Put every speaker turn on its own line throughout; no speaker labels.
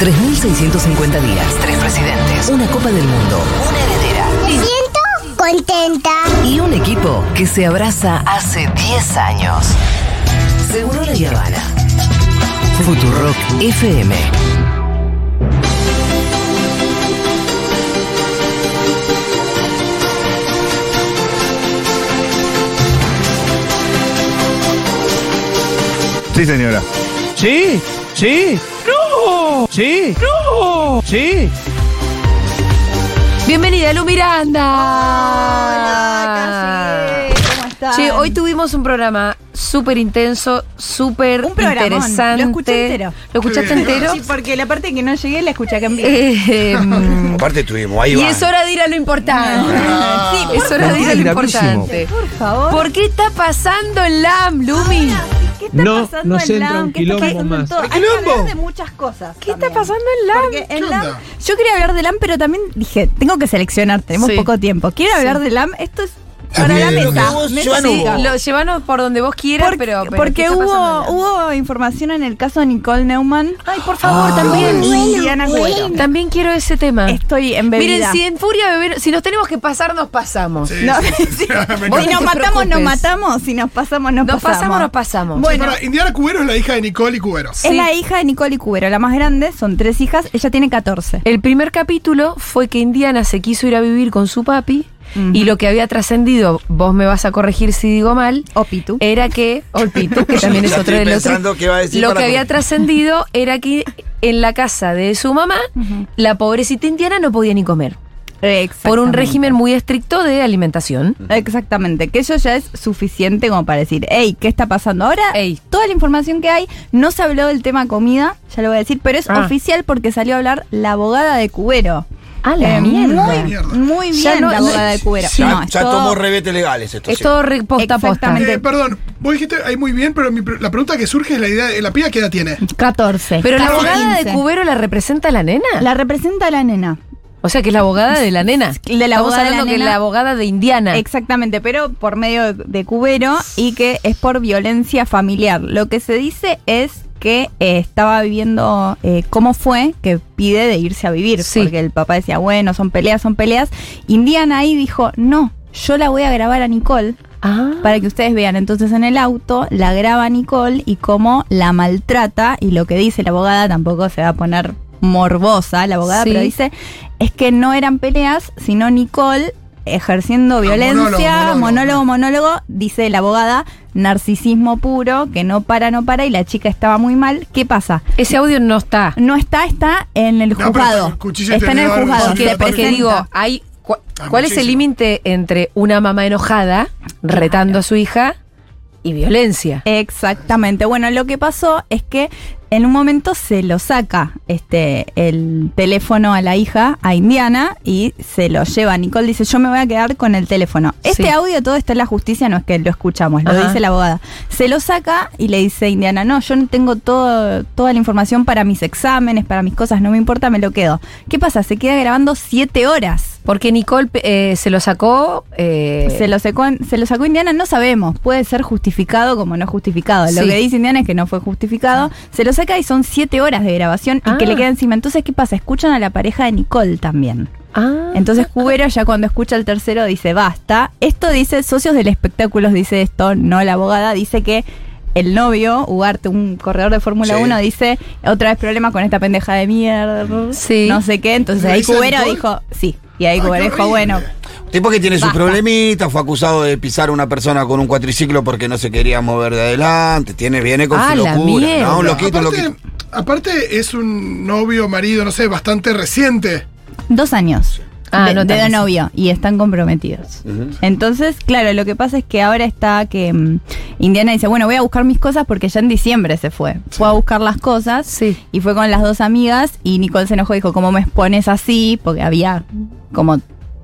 3.650 días. Tres presidentes. Una Copa del Mundo. Una heredera.
Me siento contenta.
Y un equipo que se abraza hace 10 años. Seguro La Habana. Futurock FM.
Sí, señora.
Sí, sí. No. Sí. No. Sí.
Bienvenida, Lu Miranda.
Hola, Casi. ¿Cómo estás?
Che, hoy tuvimos un programa súper intenso, súper
Un programón.
interesante.
Lo escuché entero.
¿Lo escuchaste entero?
Sí, porque la parte que no llegué la escuché acá en vivo.
Eh, em,
Aparte estuvimos, ahí
y
va. Ah.
es hora de ir a lo importante.
Sí, por
Es hora de ir a lo
Gravísimo.
importante.
Por favor.
¿Por qué está pasando el LAM, Lumi?
¿Qué está
No,
pasando
no
en
se entra
LAM?
un
¿Qué está
quilombo
pasando en
más.
todo? Hay que hablar de muchas cosas.
¿Qué está
también.
pasando en LAM?
Porque en LAM, yo quería hablar de LAM, pero también dije, tengo que seleccionar, tenemos
Sí.
poco tiempo. Quiero hablar de LAM, esto es para la
Lo que
mesa.
vos,
Mesa.
Joan,
Sí,
hubo.
Lo llevanos por donde vos quieras,
Por-
pero, pero ¿qué
porque
está pasando en
hubo,
LAM?
hubo información en el caso de Nicole Neumann. Ay, por favor, también.
bueno,
Diana
bueno.
Agüero.
También quiero ese tema.
Estoy en
Miren, si en furia beber, si nos tenemos que pasar, nos pasamos.
No, sí.
Vos
Si
no
nos
te
matamos, nos
preocupes.
matamos. Si nos pasamos, nos,
Nos
pasamos.
pasamos, nos pasamos.
Bueno,
Pará, Indiana Cubero es la hija de Nicole y Cubero.
es la hija de Nicole y Cubero, la más grande, son tres hijas, ella tiene 14.
El primer capítulo fue que Indiana se quiso ir a vivir con su papi y lo que había trascendido, vos me vas a corregir si digo mal,
O Pitu.
era que, o el Pitu, que también es
Ya
otro de
estoy
los
pensando qué va a decir
Lo
para
que había
corregir.
trascendido era que en la casa de su mamá, la pobrecita Indiana no podía ni comer por un régimen muy estricto de alimentación.
Exactamente, que eso ya es suficiente como para decir, hey, ¿qué está pasando ahora?
Ey.
Toda la información que hay, no se habló del tema comida, ya lo voy a decir, pero es
Ah.
oficial porque salió a hablar la abogada de Cubero.
Ah,
Eh, muy,
Mierda.
muy
Ya
bien
no-
la
no-
abogada de Cubero.
Ya,
No, es
ya
todo-
tomó rebetes legales esto.
Es
sí.
todo re- posta a posta.
Exactamente.
Eh, perdón, vos dijiste ahí muy bien, pero mi pre- la pregunta que surge es la idea de la piba qué edad tiene.
14.
Pero la
Casi
abogada de
15.
Cubero la representa la nena.
La representa la nena.
o sea que es la abogada de la nena.
De la
Estamos
abogada de la
hablando que es
nena.
la abogada de Indiana.
Exactamente, pero por medio de, de Cubero y que es por violencia familiar. Lo que se dice es que eh, estaba viviendo eh, cómo fue que pide de irse a vivir,
Sí.
porque el papá decía, bueno, son peleas, son peleas. Indiana ahí dijo, no, yo la voy a grabar a Nicole
Ah.
para que ustedes vean. Entonces en el auto la graba Nicole y cómo la maltrata y lo que dice la abogada tampoco se va a poner morbosa la abogada,
Sí.
pero dice es que no eran peleas, sino Nicole ejerciendo violencia,
Ah, monólogo,
monólogo, monólogo,
monólogo.
dice la abogada, narcisismo puro, que no para, no para y la chica estaba muy mal. ¿Qué pasa?
Ese audio no está.
No está, está en el
No, pero
juzgado.
el cuchillo
está en el
tenedor,
juzgado.
porque-
se
Porque, porque
presenta.
digo, hay cu-
Ah,
¿cuál es el
muchísimo.
límite entre una mamá enojada retando a su hija y violencia?
Exactamente. Bueno, lo que pasó es que en un momento se lo saca este el teléfono a la hija, a Indiana, y se lo lleva. Nicole dice, yo me voy a quedar con el teléfono. Este
Sí.
audio todo está en la justicia, no es que lo escuchamos, lo
Ajá.
dice la abogada. Se lo saca y le dice a Indiana, no, yo no tengo todo, toda la información para mis exámenes, para mis cosas, no me importa, me lo quedo. ¿Qué pasa? Se queda grabando siete horas.
Porque Nicole eh, se lo sacó. eh,
Se lo, sacó, se lo sacó Indiana, no sabemos. Puede ser justificado como no justificado. Lo
Sí.
que dice Indiana es que no fue justificado. Se lo saca y son siete horas de grabación y que
Ah.
le queda encima. Entonces, ¿qué pasa? Escuchan a la pareja de Nicole también.
Ah.
Entonces, Cubero ya cuando escucha al tercero dice basta. Esto dice, socios del espectáculo dice esto, no la abogada, dice que. El novio, Ugarte, un corredor de Fórmula
Sí.
1, dice, otra vez problema con esta pendeja de mierda,
Sí.
no sé qué. Entonces
¿Le
ahí
dice a
Cubero
Nicole?
dijo, sí. Y ahí
Ay, qué
Cubero dijo,
horrible.
bueno,
Tipo que tiene sus
Basta.
problemitas, fue acusado de pisar a una persona con un cuatriciclo porque no se quería mover de adelante, tiene, viene con
Ah,
su
la
locura.
mierda.
No, un loquito, un
aparte,
loquito.
aparte es un novio, marido, no sé, bastante reciente.
Dos años.
Ah,
de,
no
de
tanto, sí.
novio y están comprometidos. Entonces, claro, lo que pasa es que ahora está que mm, Indiana dice, bueno, voy a buscar mis cosas porque ya en diciembre se fue. Fue a buscar las cosas
Sí.
y fue con las dos amigas y Nicole se enojó y dijo, ¿cómo me expones así? Porque había como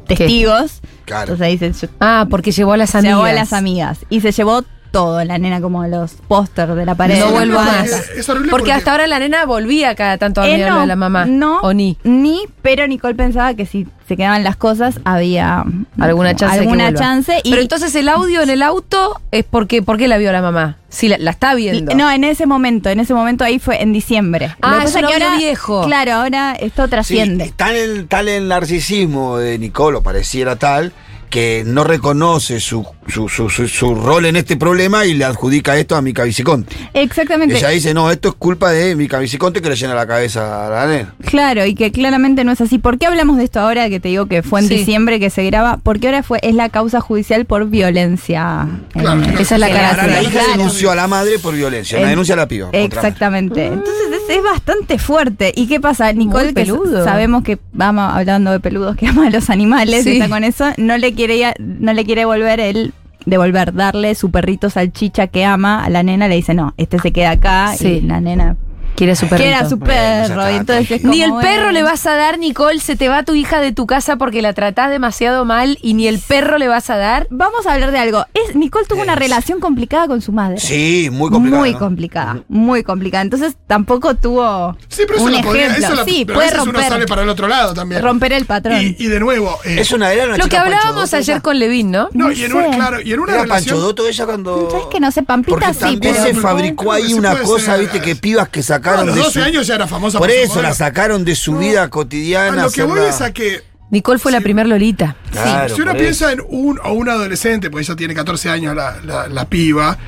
testigos.
Claro.
Entonces dice, yo
Ah, porque llevó a las
se
amigas.
llevó a las amigas y se llevó todo, la nena como los pósters de la pared.
No vuelvo
a
más.
Es, es horrible
Porque hasta ahora la nena volvía cada tanto a
Eh,
hablarle a la mamá.
No,
O ni.
Ni, pero Nicole pensaba que si se quedaban las cosas había mm,
Alguna chance. de que
alguna
vuelva.
chance y
Pero entonces el audio en el auto es porque, ¿por qué la vio la mamá? Sí, la, la está viendo.
No, en ese momento, en ese momento ahí fue en diciembre.
Ah,
Lo que
es
pasa
un
que
audio
ahora-
viejo.
Claro, ahora esto
Sí,
trasciende.
y tal, el, tal el narcisismo de Nicolo, pareciera tal, que no reconoce su, su, su, su- su rol en este problema y le adjudica esto a Mica Viciconte.
Exactamente.
Ella dice, no, esto es culpa de Mica Viciconte que le llena la cabeza a la nena.
Claro, y que claramente no es así. ¿Por qué hablamos de esto ahora que te digo que fue en
Sí.
diciembre que se graba? Porque ahora fue es la causa judicial por violencia.
Claro,
Eh,
Esa es la
que
cara
Ahora la
Claro.
hija denunció a la madre por violencia, la
Eh,
denuncia la piba. otra
Exactamente. Entonces es, es bastante fuerte. ¿Y qué pasa? Nicole, que
peludo.
sa- sabemos que vamos hablando de peludos, que ama a los animales,
Sí.
está con eso, no le quiere ir a- no le quiere volver el devolver, darle su perrito salchicha que ama a la nena, le dice, no, este se queda acá
Sí.
y la nena
Quiere a su perrito.
quiere a su perro.
Bueno, ya
y
está,
entonces es
tranquilo.
Ni el
como,
perro
bueno.
le vas a dar, Nicole, se te va tu hija de tu casa porque la tratás demasiado mal y ni el perro le vas a dar.
Vamos a hablar de algo. Es, Nicole tuvo una
Es.
relación complicada con su madre.
Sí, muy complicado.
Muy
¿no?
complicada, muy complicada. Entonces tampoco tuvo
Sí, pero eso
un
la podría-
ejemplo.
eso la-
sí,
pero a
puede
veces uno
romper,
sale para el otro lado también.
romper el patrón.
Y, y de nuevo. eh,
Es una era una
Lo que
chica Pancho
hablábamos
Dotto,
ayer
ella.
con Levin, ¿no?
No,
no
y en una,
sé.
claro, y en una
¿Era Pancho
relación.
Dotto ella cuando...?
Sabes que no sé, Pampita
Porque
sí,
también
pero-
se fabricó ahí
Sí,
una
puede
cosa,
ser.
viste, que pibas que
A
sacaron
los
de
12
su-
años ya era famosa
Por
su
eso,
modelo.
la sacaron de su vida cotidiana.
A lo que voy
hacerla-
es a que
Nicole fue la primer Lolita.
Claro,
si uno
por eso.
piensa en un o una adolescente, porque ella tiene 14 años la, la- la piba,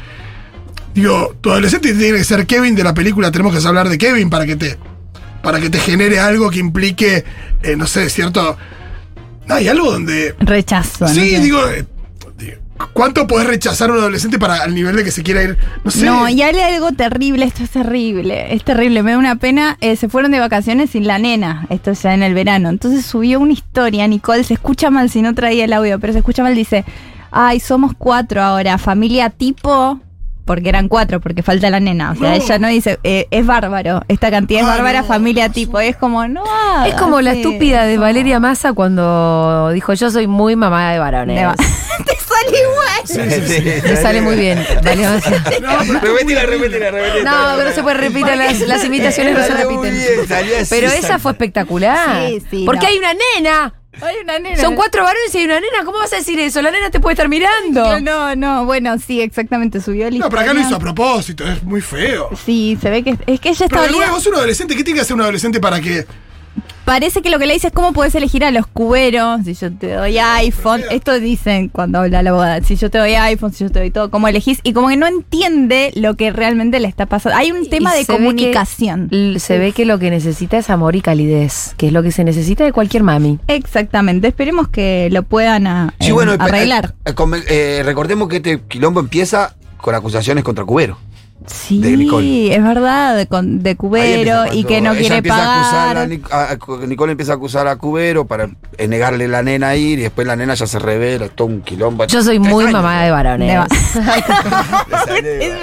digo, tu adolescente tiene que ser Kevin de la película, tenemos que hablar de Kevin para que te para que te genere algo que implique, eh, no sé, cierto. Hay algo donde.
Rechazo. ¿no?
sí,
Que-
digo. eh, digo, ¿Cuánto podés rechazar a un adolescente para al nivel de que se quiera ir? No sé.
No, y hay algo terrible, esto es terrible, es terrible, me da una pena. Eh, se fueron de vacaciones sin la nena, esto ya en el verano. Entonces subió una historia, Nicole, se escucha mal si no traía el audio, pero se escucha mal, dice, ay, somos cuatro ahora, familia tipo, porque eran cuatro, porque falta la nena. O sea,
No.
ella no dice, eh, es bárbaro, esta cantidad es
Ah,
bárbara,
no,
familia tipo, es como, no.
Es como la
hagas
estúpida de
eso.
Valeria Massa cuando dijo yo soy muy mamá de varones.
De va- Te sale igual.
Sí, sí, sí.
Me sale muy bien. Valeria Massa.
No, pero-
Repetila, repetila, repetila.
No, pero no se puede repitar las, las imitaciones no se
Salió muy bien, salió
repiten.
así,
Pero esa
salió.
fue espectacular.
Sí, sí,
Porque
no.
hay una nena.
Hay una nena.
Son cuatro varones y hay una nena. ¿Cómo vas a decir eso? La nena te puede estar mirando.
No, no, no, bueno, sí, exactamente, subió el
no, pero acá lo hizo a propósito, es muy feo.
Sí, se ve que es que ella está
Pero de
dolida.
nuevo, vos un adolescente, ¿qué tiene que hacer un adolescente para que.?
Parece que lo que le dice es cómo puedes elegir a los cuberos, si yo te doy iPhone. Esto dicen cuando habla la boda, si yo te doy iPhone, si yo te doy todo, cómo elegís. Y como que no entiende lo que realmente le está pasando. Hay un tema
Y
de
se ve que-
comunicación.
l- se ve que lo que necesita es amor y calidez, que es lo que se necesita de cualquier mami.
Exactamente, esperemos que lo puedan a-
Sí,
eh,
bueno,
arreglar.
eh, eh, come- eh, recordemos que este quilombo empieza con acusaciones contra Cubero.
Sí,
eh, de Nicole.
es verdad, de, con- de
Ahí empieza
cubero y
cuando
que no
ella
quiere
empieza a acusar a
pagar.
Nic- a- a Cu- Nicole empieza a acusar a Cubero para eh, negarle la nena a ir y después la nena ya se revela, todo un quilombo.
Yo soy
Tres
muy
años,
mamá de varones.
Le va-
sale,
Es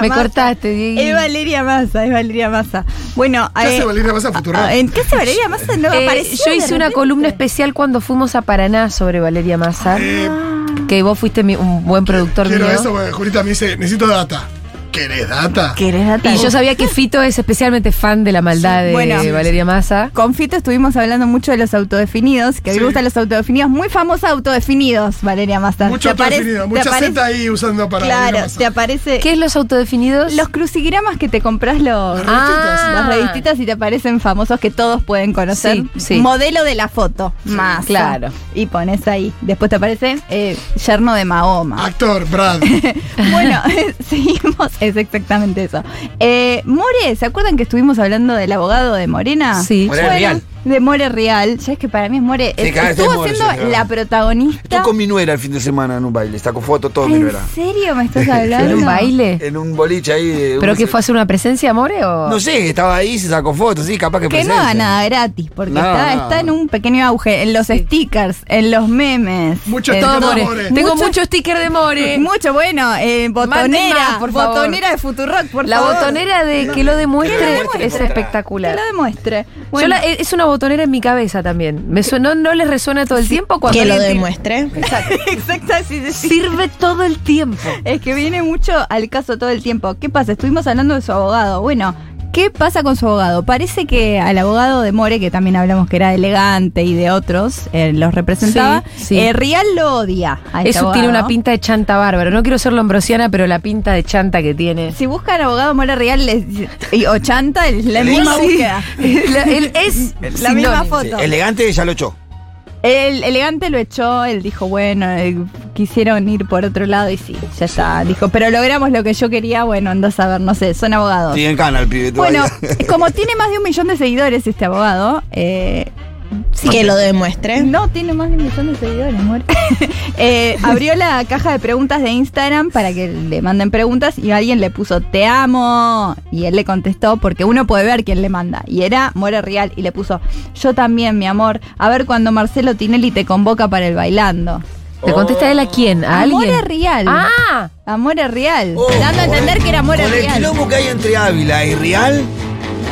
Me
Massa.
cortaste,
Es
Diego.
Valeria Massa, es Valeria Massa. Bueno,
¿Qué hace
eh,
Valeria Massa Futurama?
Ah, ¿En qué se Valeria Massa no apareció?
Eh, yo
de
hice una
repente?
columna especial cuando fuimos a Paraná sobre Valeria Massa,
Eh,
que vos fuiste mi- un buen productor
Quiero
mío.
eso porque Julita me dice, necesito data. ¿Querés data?
¿Querés datar?
Y yo sabía que Fito es especialmente fan de la maldad de
Bueno.
Valeria Massa.
Con Fito estuvimos hablando mucho de los autodefinidos, que a mí
Sí.
me gustan los autodefinidos, muy famosos autodefinidos, Valeria Massa.
Mucho
Te apare-
autodefinido,
te
mucha
aparece-
Z ahí usando para. Valeria
Claro,
Massa.
te aparece...
¿Qué es los autodefinidos?
Eh, Los crucigramas que te compras los...
Ah. revistitas.
Las revistitas y te aparecen famosos que todos pueden conocer.
Sí, sí.
Modelo de la foto. Más.
claro.
Y pones ahí. Después te aparece eh, yerno de Mahoma.
Actor, Brad.
Bueno, seguimos, es exactamente eso. Eh, More, ¿se acuerdan que estuvimos hablando del abogado de Morena?
Sí.
More Rial.
De More Real, ya es que para mí es More.
Sí, cada vez
Estuvo
es More,
siendo
sí, claro.
la protagonista.
Estuve con mi nuera el fin de semana en un baile, sacó foto todo mi
¿En
nuera.
serio me estás hablando?
¿En un baile?
En un boliche ahí. de-
¿Pero
un-
que fue a hacer una presencia, More? O?
No sé, estaba ahí, se sacó fotos, sí, capaz que
Que no
presencia.
haga nada gratis, porque
No,
está,
no.
está en un pequeño auge, en los stickers, en los memes.
Mucho
en
todo
Todo More.
More.
Tengo
Mucho- eh,
mucho sticker de More.
Mucho, bueno, eh,
Manden
botonera,
más, por favor.
botonera de Futurock, por
La
favor.
botonera de que lo
Que lo
demuestre
demuestre
es
por atrás.
Que
espectacular.
lo demuestre.
Yo la- eh, es una botonera en mi cabeza también. Me su- no, no les resuena todo el tiempo cuando.
Que lo
alguien tira-
demuestre.
Exacto, sí, sí, sí.
Sirve todo el tiempo.
Es que viene mucho al caso todo el tiempo. ¿Qué pasa? Estuvimos hablando de su abogado. Bueno, ¿qué pasa con su abogado? Parece que al abogado de More, que también hablamos que era de elegante y de otros, eh, los representaba,
Sí, sí.
eh, Rial lo odia. a este
Eso tiene
abogado.
una pinta de chanta bárbaro. No quiero ser lombrosiana, pero la pinta de chanta que tiene.
Si buscan abogado More Rial les, y 80, es la misma
Sí.
búsqueda.
La- él es
La misma
sinónimo.
foto.
Sí, elegante ya lo echó.
El elegante lo echó, él dijo, bueno, eh, quisieron ir por otro lado y sí, ya está. Dijo, pero logramos lo que yo quería, bueno, andás a ver, no sé, son abogados.
Sí, en cana el pibe
Bueno,
todavía.
como tiene más de un millón de seguidores este abogado, eh,
Que lo demuestre.
no tiene más de un millón de seguidores, amor. Eh, abrió la caja de preguntas de Instagram para que le manden preguntas y alguien le puso te amo y él le contestó porque uno puede ver quién le manda y era More Real y le puso yo también mi amor a ver cuando Marcelo Tinelli te convoca para el bailando.
¿Le contesta él a quién? ¿A
Amor
alguien?
es real.
Ah,
Amor es real,
Oh,
dando a
con
entender
el-
que era More
Con el
Real.
quilombo que hay entre Ávila y Real,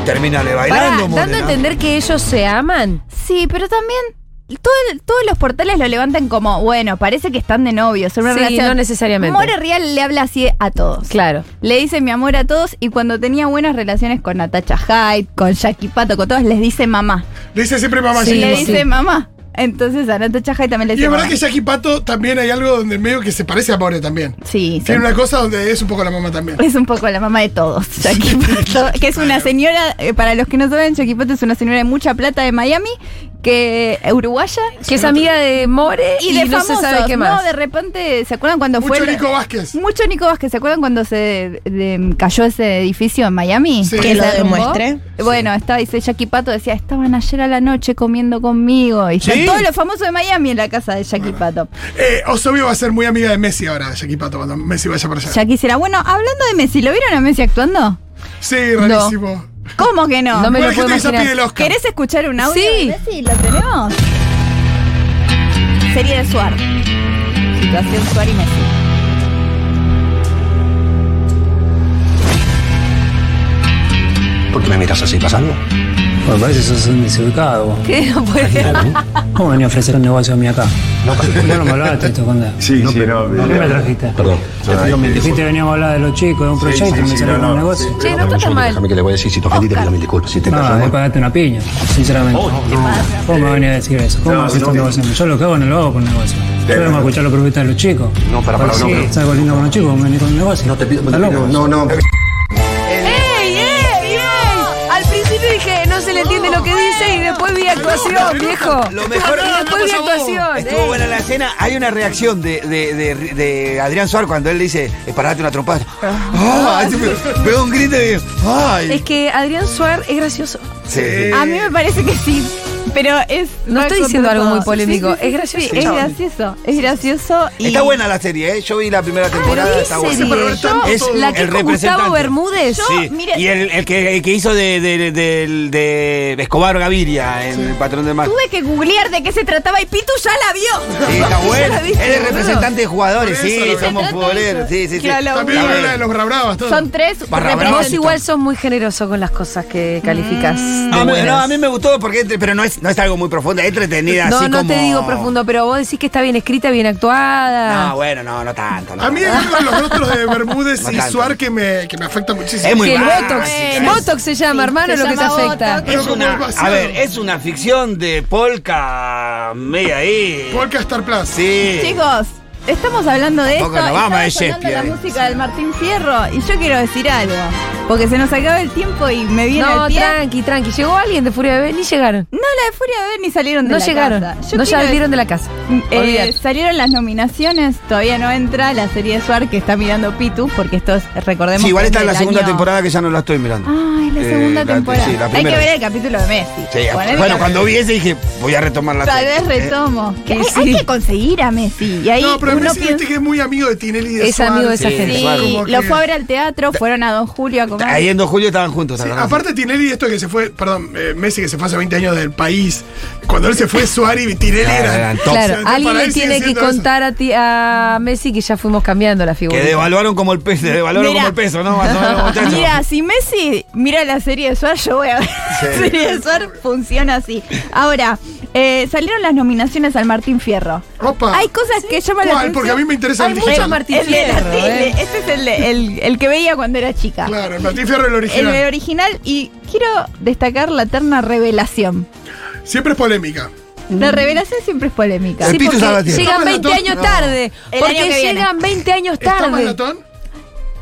terminale
pará,
bailando, More,
dando a
¿no?
entender que ellos se aman.
Sí, pero también todo el- todos los portales lo levantan como, bueno, parece que están de novios, en una
Sí,
relación.
no necesariamente.
More Real le habla así a todos.
Claro.
Le dice mi amor a todos y cuando tenía buenas relaciones con Natacha Hyde, con Jackie Pato, con todos, les dice mamá.
Le dice siempre mamá.
Sí,
Jackie
le
Pato.
dice mamá. Entonces a Natacha Hyde también le
Y
dice
es
mamá.
verdad que Jackie Pato también hay algo donde medio que se parece a More también.
Sí, sí.
Tiene una cosa donde es un poco la mamá también.
Es un poco la mamá de todos, Jackie Pato, que es una señora, eh, para los que no saben, Jackie Pato es una señora de mucha plata de Miami, que uruguaya,
Que es amiga de More y,
y de
no
famosos,
se sabe qué más.
No, de repente, ¿se acuerdan cuando
Mucho
fue?
Nico Vázquez.
Mucho Nico Vázquez, ¿se acuerdan cuando se de- cayó ese edificio en Miami?
Sí.
Que lo
se derrumbó?
demuestre.
Bueno, estaba, dice Jackie Pato, decía, estaban ayer a la noche comiendo conmigo. Y están
Sí.
todos los famosos de Miami en la casa de Jackie Pato.
Eh, Osorio va a ser muy amiga de Messi ahora, Jackie Pato, cuando Messi vaya para allá.
Jackie será, bueno, hablando de Messi, ¿lo vieron a Messi actuando?
Sí, rarísimo.
¿Cómo que no?
No me
Bueno,
lo
hay
puedo
gente que se
imaginar.
pide el Oscar.
¿Querés escuchar un audio?
Sí.
de Messi? ¿Lo tenemos? Serie de Suar. Situación Suar y Messi.
¿Por qué me miras así? ¿Pasa algo?
Pues parece que sos un desubicado. vos.
¿Qué? No puede ser.
¿Cómo venía a ofrecer un negocio a mí acá? Vos no me hablaste de esto, Conda.
Sí, no, sí, no.
¿Por qué me trajiste?
Perdón.
Dijiste que veníamos a hablar de los chicos, de un proyecto, y me salió con un negocio.
Che, no está tan mal.
Déjame que le voy a decir, si te ofendí te pido mil disculpas. Si te
No,
callas,
vos pagaste Ah, una piña, sinceramente.
Oh,
¿Cómo me venía a decir eso? ¿Cómo me haces un negocio? Yo lo que hago no lo hago por negocio. Yo vengo a escuchar los propuestas de los chicos.
No, para, para,
Pues
no,
sí,
pero-
Salgo lindo con los chicos, vos me venís con un negocio.
no te pido
¿Estás loco?
No, no.
¡Ey, ey, ey! Al principio dije, no se le entiende lo que dice y después vi actuación, viejo.
Lo mejor-
Y después vi actuación.
Estuvo
ey.
buena la escena. Hay una reacción de, de- de- de Adrián Suárez cuando él le dice, disparate una trompada. Ah, ese fue- Veo un grito y
Es
¡ay!
que Adrián Suárez es gracioso.
Sí, sí.
A mí me parece que sí. Pero es.
No estoy
va
diciendo
contra
algo
todo.
muy polémico, es gracioso.
es
Chabón.
gracioso. Es gracioso. Y
Está buena la serie, ¿eh? Yo vi la primera temporada,
¿qué
está
serie?
buena.
Yo-
Es
la que
el
con Gustavo
representante.
Bermúdez.
Sí,
mire-
y el, el que, el que hizo de, de- de- de Escobar Gaviria en El Patrón del Mar.
Tuve que googlear de qué se trataba y Pitu ya la vio.
Sí, está bueno.
la vi,
Él es
boludo.
representante de jugadores,
Por eso
sí,
lo vi.
somos futboleros. Sí, sí, sí.
Claro.
También
La
habla
ve.
de los rabravas, todo.
Son tres.
Barra
representantes.
Brava.
Vos igual sos muy generoso con las cosas que calificas. de
A mí,
buenas.
no, a mí Ah, me gustó porque entre- pero no es, no es algo muy profundo, es entretenida
No,
así
no te
como-
digo profundo, pero vos decís que está bien escrita, bien actuada.
No, bueno, no, no tanto. no
A mí hay
tanto.
algo en los rostros de Bermúdez
No
y
tanto.
Suar que me, que me afecta muchísimo.
Es muy
que el
básica,
Botox.
es-
Botox se llama,
Sí,
hermano,
se
lo que te
llama
afecta.
Botox.
Pero
es
como
una-
demasiado.
a ver, es una ficción de polka media ahí.
Polka Star Plus.
Sí.
Chicos. Estamos hablando de esto
Tampoco nos
y
vamos a
estamos hablando de la
Shakespeare. eh.
música del Martín Fierro y yo quiero decir algo, porque se nos acaba el tiempo y me viene
No,
al pie.
tranqui, tranqui. Llegó alguien de Furia Bebé, ni llegaron.
No, la de Furia de ver ni salieron de
No
la
llegaron.
casa. Yo
No
quiero
salieron de la casa.
Eh,
Olvídate.
salieron las nominaciones, todavía no entra la serie de Suar que está mirando Pitu, porque esto es, recordemos.
Sí, igual
que
está
es
en la
del
segunda
año-
temporada que ya no la estoy mirando.
Ay, la
Eh,
segunda
la-
temporada.
sí, la
Hay que
primera.
ver el capítulo de Messi.
Sí, ah,
Ponele
bueno,
que-
cuando vi ese dije, voy a retomar la
Tal
serie.
vez
Eh,
retomo. Que
Y
hay,
sí.
hay que conseguir a Messi. Y ahí
no, pero
uno
Messi, viste
piensa.
que es muy amigo de Tinelli y de
Es
Suar.
amigo de esa
Sí,
gente.
Suar.
Sí,
Como
lo
que-
fue a ver al teatro, fueron a Don Julio a comer.
Ahí en 2 de julio estaban juntos.
Sí,
¿te acordás?
aparte Tinelli, esto que se fue, perdón, eh, Messi que se fue hace 20 años del país. Cuando él se fue, Suárez y Tinelli
Claro, eran
eran.
top.
O
Claro,
sea,
alguien
para
le
él sigue
tiene que
siendo eso.
contar a, ti, a Messi que ya fuimos cambiando la figura.
Que devaluaron como el peso, se devaluaron
Mira.
como el peso, ¿no? Más o menos, muchachos.
Mira, si Messi mira la serie de Suar, yo voy a ver.
Sí.
La serie de Suar funciona así. Ahora, eh, salieron las nominaciones al Martín Fierro.
Opa.
Hay cosas que llaman
Ah.
la
¿Cuál?
atención.
Porque a mí me interesa
Hay
el
mucho Martín
El de la
Fierro,
tele.
¿eh?
Este es el, de- el- el que veía cuando era chica.
Claro, el Martín Fierro el
El
original.
original. Y quiero destacar la eterna revelación.
Siempre es polémica.
La revelación siempre es polémica.
Sí,
Sí,
Pito
porque
Sabatini.
llegan
¿Está
20
maratón?
años
No.
tarde.
El año que
Porque
viene.
llegan 20 años
¿Está
tarde.
maratón?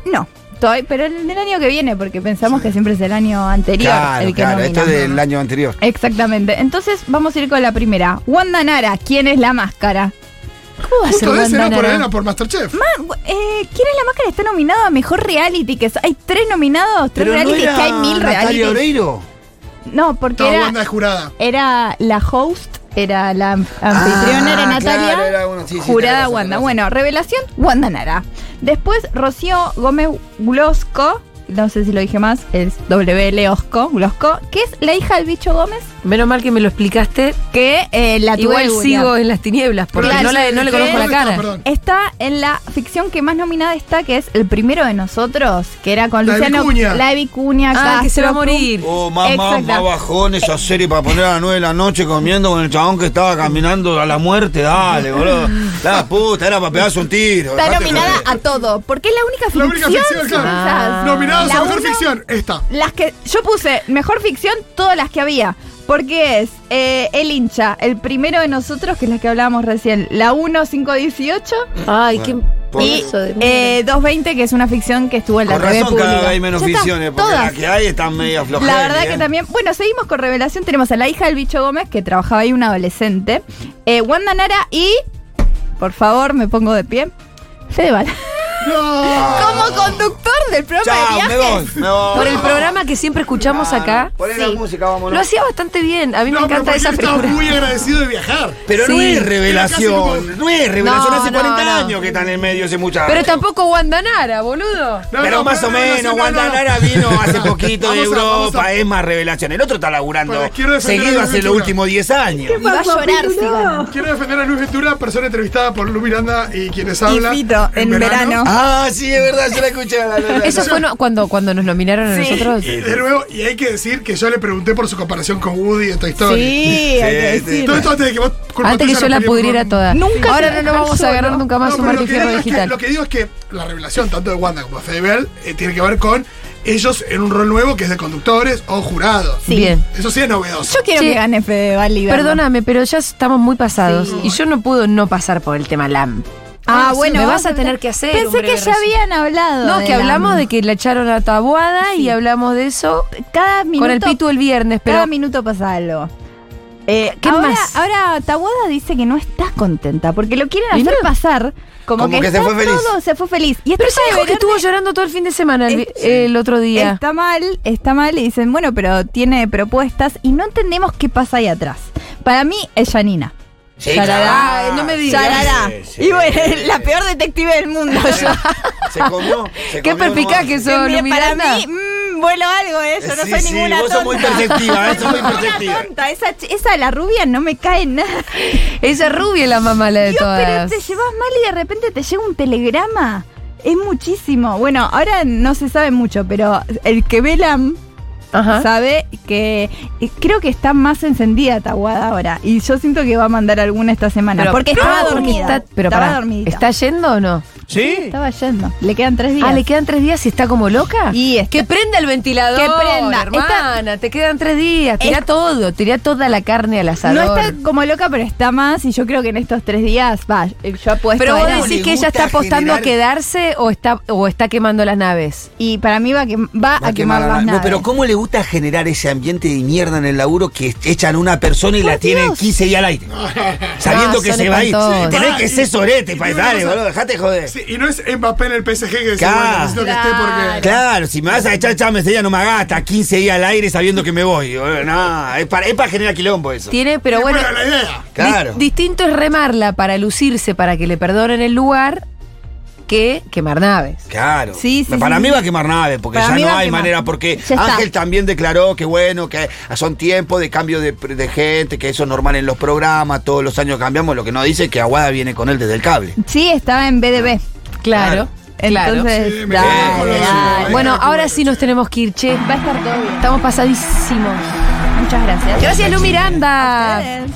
No, todavía, pero el del año que viene, porque pensamos que siempre es el año anterior
Claro,
el que
claro, esto
nominamos.
es del año anterior.
Exactamente. Entonces vamos a ir con la primera. Wanda Nara, ¿quién es la máscara? ¿Cómo va a ser
Justo de ese
Wanda
no por
Nara?
ahí, no por Masterchef.
Ma- eh, ¿Quién es la máscara? Está nominado a mejor reality. Que so- hay tres nominados, tres realities, que hay mil
Natalia
realities.
Oreiro.
No, porque
No,
era,
Wanda es jurada.
era la host, era la am- anfitriona,
Ah,
era Natalia.
claro, era uno, sí, sí, tenés
jurada
razón,
Wanda.
tenés
Bueno, revelación, Wanda Nara. Después, Rocío Gómez Glosco. No sé si lo dije más, es WL Osco, Glosco, que es la hija del bicho Gómez,
Menos mal que me lo explicaste.
que eh, la tuvo
Igual
el
sigo en las tinieblas, porque
Claro,
no, la- no le
¿qué?
conozco la cara.
Perdón.
Está en la ficción que más nominada está, que es El primero de nosotros, que era con
La de
Luciano
Vicuña.
La de Vicuña,
Ah, que se va a
Castro,
morir.
Oh, mamá,
Exacta.
más bajón esa serie para poner a las 9 de la noche comiendo con el chabón que estaba caminando a la muerte. Dale, boludo. La puta, era para pegarse un tiro.
Está
dejate
nominada
joder.
a todo, porque es la única
La
ficción.
única ficción, claro.
Ah.
quizás.
Nominados
La
a mejor
uno-
ficción. Esta.
Las que yo puse mejor ficción, todas las que había. Porque es eh, El hincha, el primero de nosotros, que es la que hablábamos recién, la 1518
Ay,
Bueno,
qué
por-
pedazo de mierda.
eh, 220, que es una ficción que estuvo en la
Con
TV
razón cada
pública.
vez hay menos
Ya está,
visiones, porque
todas.
las que hay están media ¿eh? flojas.
La verdad que también. Bueno, seguimos con revelación. Tenemos a la hija del bicho Gómez, que trabajaba ahí, una adolescente. Eh, Wanda Nara y. Por favor, me pongo de pie. Fedeval.
No.
Como conductor del programa
Ah. Chao,
de
me
viajes.
voy, me voy.
Por el programa que siempre escuchamos
Claro,
acá.
poné la
Sí.
música, vámonos.
Lo hacía bastante bien. A mí me
No, pero
encanta
porque
esa
él estaba
figura.
muy agradecido de viajar.
Pero no
Sí.
es revelación, no es revelación,
No,
hace
no,
40
no.
años que está en el medio ese muchacho.
Pero tampoco Wanda Nara, boludo.
No,
pero
no,
más o
no, no, no,
menos,
no, no,
Wanda
no.
Nara vino hace poquito de
Vamos a- vamos
Europa,
a-
es más revelación. El otro está laburando
Pero quiero defender
seguido
a
hace
Luis
los
Ventura.
últimos 10 años.
Y va a llorar si gana.
Quiero defender a Luis Ventura, persona entrevistada por Lu Miranda y quienes hablan.
Fito, en verano.
Ah, sí, es verdad, yo la escuché. la- la- la-
Eso fue no- cuando, cuando nos nominaron a nosotros.
Y de nuevo, y hay que decir que yo le pregunté por su comparación con Woody esta historia.
Sí, hay que
Sí, sí.
decir.
Todo esto antes de que vos culpa
Antes que
tuya
yo
nos
la
peleemos
pudriera
con-
toda.
Nunca
Ahora
se
no
dejó
lo vamos a
solo.
agarrar nunca más
No,
un
pero
Martín
lo que,
Fierro
digo es que,
digital.
lo que digo es que la revelación tanto de Wanda como de Fedebel eh, tiene que ver con ellos en un rol nuevo que es de conductores o jurados.
Sí.
Bien.
Eso sí es novedoso.
Yo quiero
Sí.
que gane Fedeval y verlo.
Perdóname, pero ya estamos muy pasados.
Sí.
Y yo no puedo no pasar por el tema LAM.
Ah, bueno.
Me vas
vamos
a tener que hacer. un
Pensé
breve
que ya
resumen.
habían hablado.
No,
de
que
la-
hablamos de que la echaron a Tabuada y hablamos de eso
Cada minuto.
con el Pitu el viernes, pero Eh,
Cada minuto pasa algo.
¿qué
ahora,
más?
Ahora Taboada dice que no está contenta porque lo quieren
¿Y
hacer
no?
pasar como,
Como que se
está
fue feliz.
todo, se fue feliz. Y
Pero
esta
se dijo
Taboada
que estuvo llorando todo el fin de semana el, vi- el otro día.
Está mal, está mal y dicen, bueno, pero tiene propuestas y no entendemos qué pasa ahí atrás. Para mí es Janina.
Sí,
Yarará,
claro.
no me digas.
Yarará.
Sí, sí.
y bueno, la peor detective del mundo. yo.
Se comió. se
Qué
comió
perspicaz
nomás.
que
Mira,
sos, Lu
para
Miranda.
mí, mm, vuelo algo, eh, yo no
Sí,
soy
sí,
ninguna
vos
tonta.
sos muy perceptiva, eh, sos muy
Ninguna
perceptiva.
tonta, esa, ch- esa la rubia no me cae en nada.
Esa rubia es la más mala de
Dios, pero este
todas.
te llevas mal y de repente te llega un telegrama. Es muchísimo. Bueno, ahora no se sabe mucho, pero el que ve la m-
Ajá.
sabe que eh, creo que está más encendida Taguada ahora. Y yo siento que va a mandar alguna esta semana. porque estaba
Ah, porque
dormida.
está- pero
estaba
pará,
dormidita.
¿Está yendo o no?
¿Sí?
Estaba yendo. Le quedan tres días.
Ah, ¿le quedan tres días y está como loca?
Y está-
Que prenda el ventilador,
Que prenda.
hermana. Te quedan tres días. Tirá
Es-
todo. Tirá toda la carne al
no
asador.
está como loca, pero está más. Y yo creo que en estos tres días, va, eh, yo apuesto
pero
a
vos
él.
decís
le
que ella
gusta
está apostando a
generar-
quedarse o está, o está quemando las naves.
Y para mí va a, quem- va
Va
a quemar
la-
las
No,
naves.
pero ¿cómo le gusta generar ese ambiente de mierda en el laburo que echan a una persona y la tienen 15 días al aire? Sabiendo
No,
Ah,
que
son
se va a ir.
espantosos.
Tenés que
Sí,
ser sorete,
y-
pa-
y-
dale,
y-
boludo, dejate de joder.
Sí, y no es Mbappé en el PSG que dice,
Claro.
bueno, necesito que esté porque...
Claro, si me vas a echar chames, ella no me agasta 15 días al aire sabiendo que me voy. boludo, No, es para, es para generar quilombo eso.
Tiene, pero
Qué
bueno.
buena la idea.
dis-
Claro.
distinto es remarla para lucirse, para que le perdonen el lugar, que quemar naves.
Claro.
Sí, sí,
Para
sí,
mí
sí.
va a quemar naves, porque
Para
ya
mí
no
va a
hay
quemar.
manera, porque
Ya está.
Ángel también declaró que bueno, que son tiempos de cambio de, de gente, que eso es normal en los programas, todos los años cambiamos, lo que no dice es que Aguada viene con él desde el cable.
Sí, estaba en BDB.
Claro. Claro.
Entonces,
Sí, me
dale,
quedé con lo de su-
dale.
Bueno, ahora sí nos tenemos que ir, che.
va a estar todo bien.
Estamos pasadísimos.
Muchas gracias.
Gracias, Lu Miranda.
Ustedes.